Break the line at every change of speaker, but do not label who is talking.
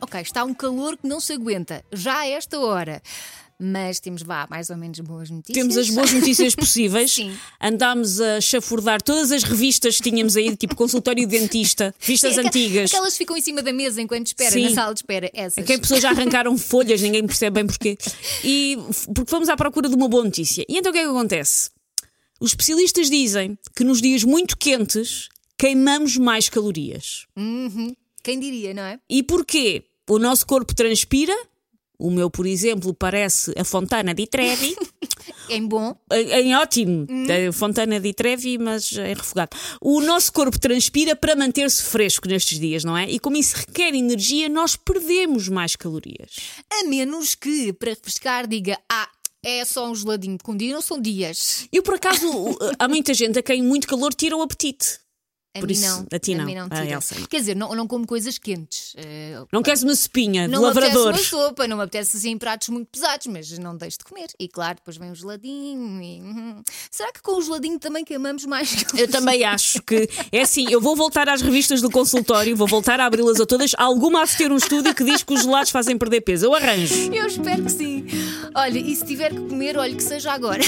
ok, está um calor que não se aguenta, já a esta hora. Mas temos, vá, mais ou menos boas notícias.
Temos as boas notícias possíveis.
Sim.
Andámos a chafurdar todas as revistas que tínhamos aí, tipo consultório de dentista, revistas
Aquela-
antigas.
Aquelas que ficam em cima da mesa enquanto espera,
Sim.
na sala de espera. Essas.
Que as pessoas já arrancaram folhas, ninguém percebe bem porquê. E f- porque fomos à procura de uma boa notícia. E então o que é que acontece? Os especialistas dizem que nos dias muito quentes queimamos mais calorias.
Quem diria, não é?
E porquê? O nosso corpo transpira, o meu, por exemplo, parece a Fontana di Trevi.
Em bom.
É, Em em ótimo,
Hum.
da Fontana di Trevi, mas em refogado. O nosso corpo transpira para manter-se fresco nestes dias, não é? E como isso requer energia, nós perdemos mais calorias.
A menos que, para refrescar, diga: Ah, é só um geladinho de condinho, não são dias.
Eu, por acaso, o- há muita gente a quem muito calor tira o apetite.
A
Por
mim
isso,
não.
a ti não.
mim não
A
tira.
Elsa não.
Quer dizer, não, não como coisas quentes. Eh,
Não queres uma sopinha de
não me apetece
lavrador?
uma sopa, não me apetece assim pratos muito pesados, mas não deixo de comer. E claro, depois vem o geladinho. e, hum. Será que com o geladinho também queimamos mais?
Eu também acho que é assim. Eu vou voltar às revistas do consultório, vou voltar a abri-las a todas. Alguma há de ter um estúdio que diz que os gelados fazem perder peso. Eu arranjo.
Eu espero que sim. Olha, e se tiver que comer, olha que seja agora.